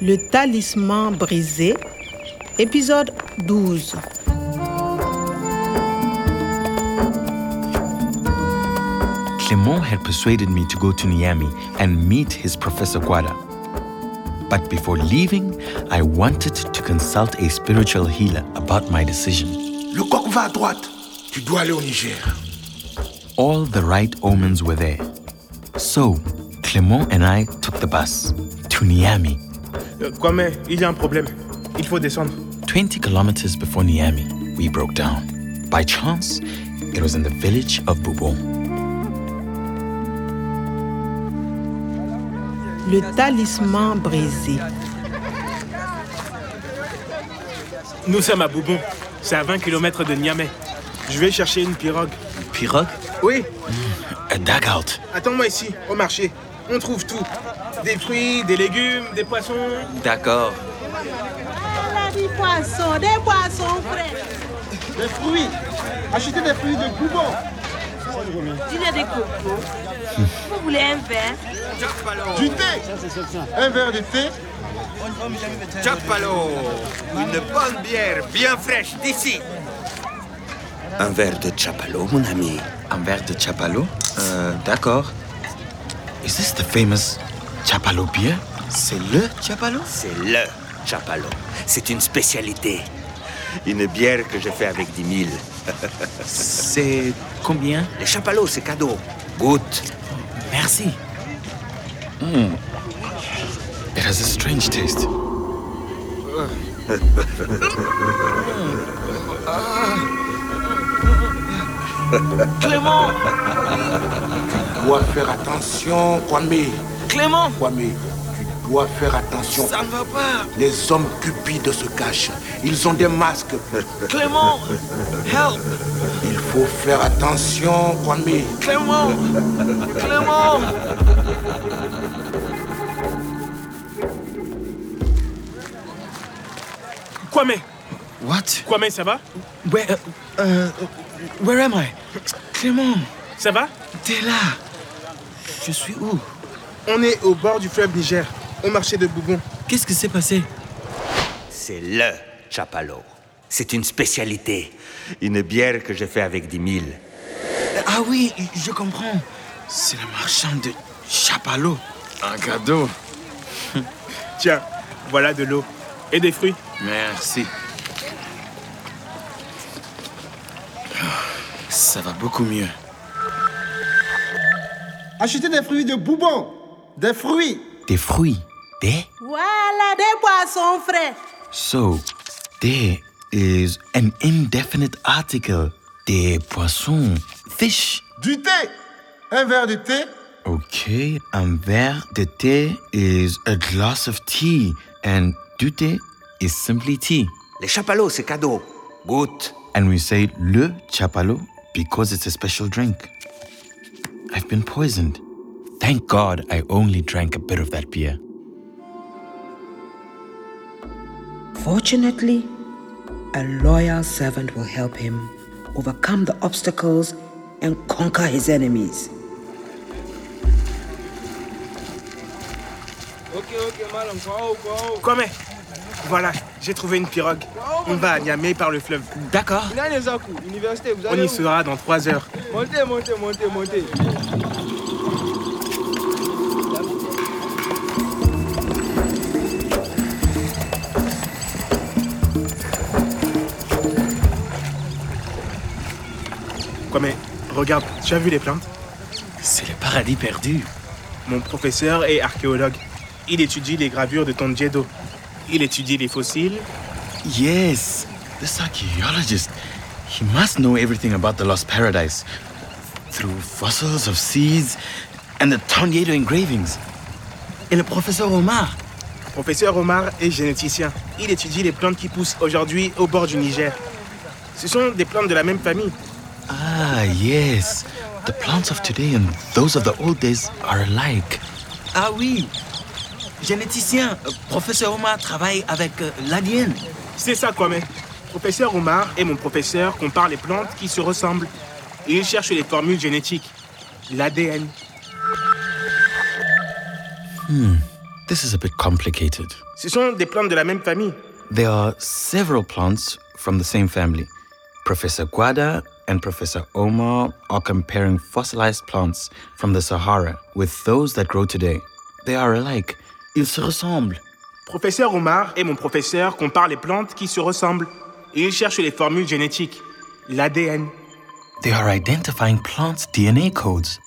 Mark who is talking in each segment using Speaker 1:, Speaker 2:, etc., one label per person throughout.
Speaker 1: Le talisman brisé, épisode 12.
Speaker 2: Clement had persuaded me to go to Niamey and meet his Professor Guada. But before leaving, I wanted to consult a spiritual healer about my decision.
Speaker 3: Le coq va à droite. Tu dois aller au Niger.
Speaker 2: All the right omens were there. So, Clement and I took the bus to Niamey.
Speaker 4: Euh, Kwame, il y a un problème. Il faut descendre.
Speaker 2: 20 kilometers before Niamey, we broke down. By chance, it was in the village of Bubon.
Speaker 1: Le talisman brisé.
Speaker 4: Nous sommes à Boubon. C'est à 20 km de Niamey. Je vais chercher une pirogue.
Speaker 2: Pirogue?
Speaker 4: Oui,
Speaker 2: A dugout.
Speaker 4: attends-moi ici, au marché. On trouve tout. Des fruits, des légumes, des poissons.
Speaker 2: D'accord.
Speaker 5: des poissons, des poissons frais.
Speaker 6: Des fruits. Achetez des fruits de Boubon.
Speaker 5: Dîner des cocos. Vous voulez un verre
Speaker 6: Du thé. Un verre de thé.
Speaker 7: Chapalo, une bonne bière bien fraîche d'ici. Un verre de Chapalo, mon ami.
Speaker 2: Un verre de Chapalo? Euh, d'accord. Is this the famous Chapalo beer? C'est le Chapalo?
Speaker 7: C'est le Chapalo. C'est une spécialité. Une bière que je fais avec 10 000.
Speaker 2: C'est combien?
Speaker 7: Les Chapalos, c'est cadeau. Goûte.
Speaker 2: Merci. Mm. It has a strange taste.
Speaker 3: Tu dois faire attention, Kwame.
Speaker 8: Clément,
Speaker 3: Kwame, tu dois faire attention.
Speaker 8: ça ne va pas.
Speaker 3: Les hommes cupides se cachent. Ils ont des masques.
Speaker 8: Clément, help.
Speaker 3: Il faut faire attention, Kwame.
Speaker 8: Clément, Clément.
Speaker 4: Kwame,
Speaker 2: What?
Speaker 4: Kwame, ça va
Speaker 2: Where, uh, uh, where am I? Clément,
Speaker 4: Ça va
Speaker 2: t'es là. Je suis où?
Speaker 4: On est au bord du fleuve Niger, au marché de Boubon.
Speaker 2: Qu'est-ce qui s'est passé?
Speaker 7: C'est le Chapalo. C'est une spécialité. Une bière que je fais avec 10 000.
Speaker 2: Ah oui, je comprends. C'est le marchand de Chapalo. Un cadeau.
Speaker 4: Tiens, voilà de l'eau et des fruits.
Speaker 2: Merci. Ça va beaucoup mieux.
Speaker 6: Achetez des fruits de Boubon. Des fruits.
Speaker 2: Des fruits. Des?
Speaker 5: Voilà des poissons frais.
Speaker 2: So, there is an indefinite article. Des poissons. Fish.
Speaker 6: Du thé. Un verre de thé.
Speaker 2: Okay, un verre de thé is a glass of tea. And du thé is simply tea.
Speaker 7: Les Chapalos, c'est cadeau. Goûte.
Speaker 2: And we say le chapalo because it's a special drink. I've been poisoned. Thank God I only drank a bit of that beer.
Speaker 9: Fortunately, a loyal servant will help him overcome the obstacles and conquer his enemies.
Speaker 4: Kwame, voilà, j'ai trouvé une pirogue. On va à Niamey par le fleuve.
Speaker 2: D'accord.
Speaker 6: Université, vous
Speaker 4: On y sera dans 3 heures.
Speaker 6: Montez, montez, montez, montez.
Speaker 4: Kwame, regarde, tu as vu les plantes
Speaker 2: C'est le paradis perdu.
Speaker 4: Mon professeur est archéologue. Il étudie les gravures de Tondjedo. Il étudie les fossiles.
Speaker 2: Yes, this archaeologist. He must know everything about the lost paradise through fossils of seas and the Tonyedo engravings. Et le professeur Omar.
Speaker 4: Professeur Omar est généticien. Il étudie les plantes qui poussent aujourd'hui au bord du Niger. Ce sont des plantes de la même famille.
Speaker 2: Ah, yes. The plants of today and those of the old days are alike. Ah oui. Généticien, euh, professeur Omar travaille avec euh, l'ADN.
Speaker 4: C'est ça, Kwame. Professeur Omar et mon professeur comparent les plantes qui se ressemblent. Et ils cherchent les formules génétiques. L'ADN.
Speaker 2: This is a bit complicated.
Speaker 4: Ce sont des plantes de la même famille.
Speaker 2: There are several plants from the same family. Professor Guada and Professor Omar are comparing fossilized plants from the Sahara with those that grow today. They are alike. Ils se ressemblent.
Speaker 4: Professeur Omar et mon professeur comparent les plantes qui se ressemblent. Et ils cherchent les formules génétiques, l'ADN.
Speaker 2: They are identifying plants' DNA codes.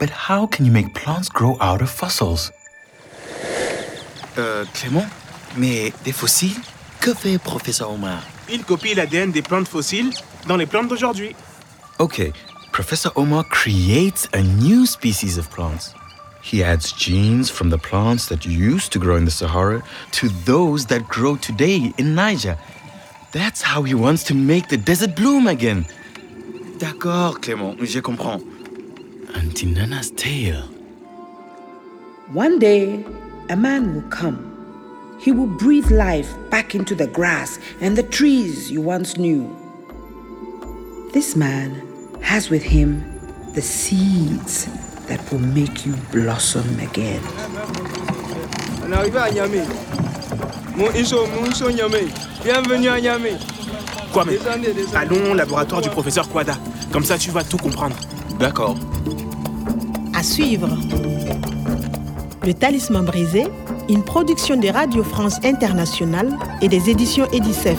Speaker 2: But how can you make plants grow out of fossils? Euh, Clément, mais des fossiles? Que fait Professor Omar?
Speaker 4: Ils copient l'ADN des plantes fossiles dans les plantes d'aujourd'hui.
Speaker 2: Okay, Professor Omar creates a new species of plants. He adds genes from the plants that used to grow in the Sahara to those that grow today in Niger. That's how he wants to make the desert bloom again. D'accord, Clément, je comprends. Antinana's tale.
Speaker 9: One day, a man will come. He will breathe life back into the grass and the trees you once knew. This man has with him the seeds that will make you blossom again.
Speaker 8: On est arrivé à Niamey. Mon Iso, mon Iso Niamey. Bienvenue à Niamey.
Speaker 4: Quoi mais
Speaker 8: Descendez, descendez.
Speaker 4: Allons au laboratoire du professeur Kwada. Comme ça, tu vas tout comprendre.
Speaker 2: D'accord.
Speaker 1: À suivre. Le Talisman brisé, une production de Radio France Internationale et des éditions Edicef.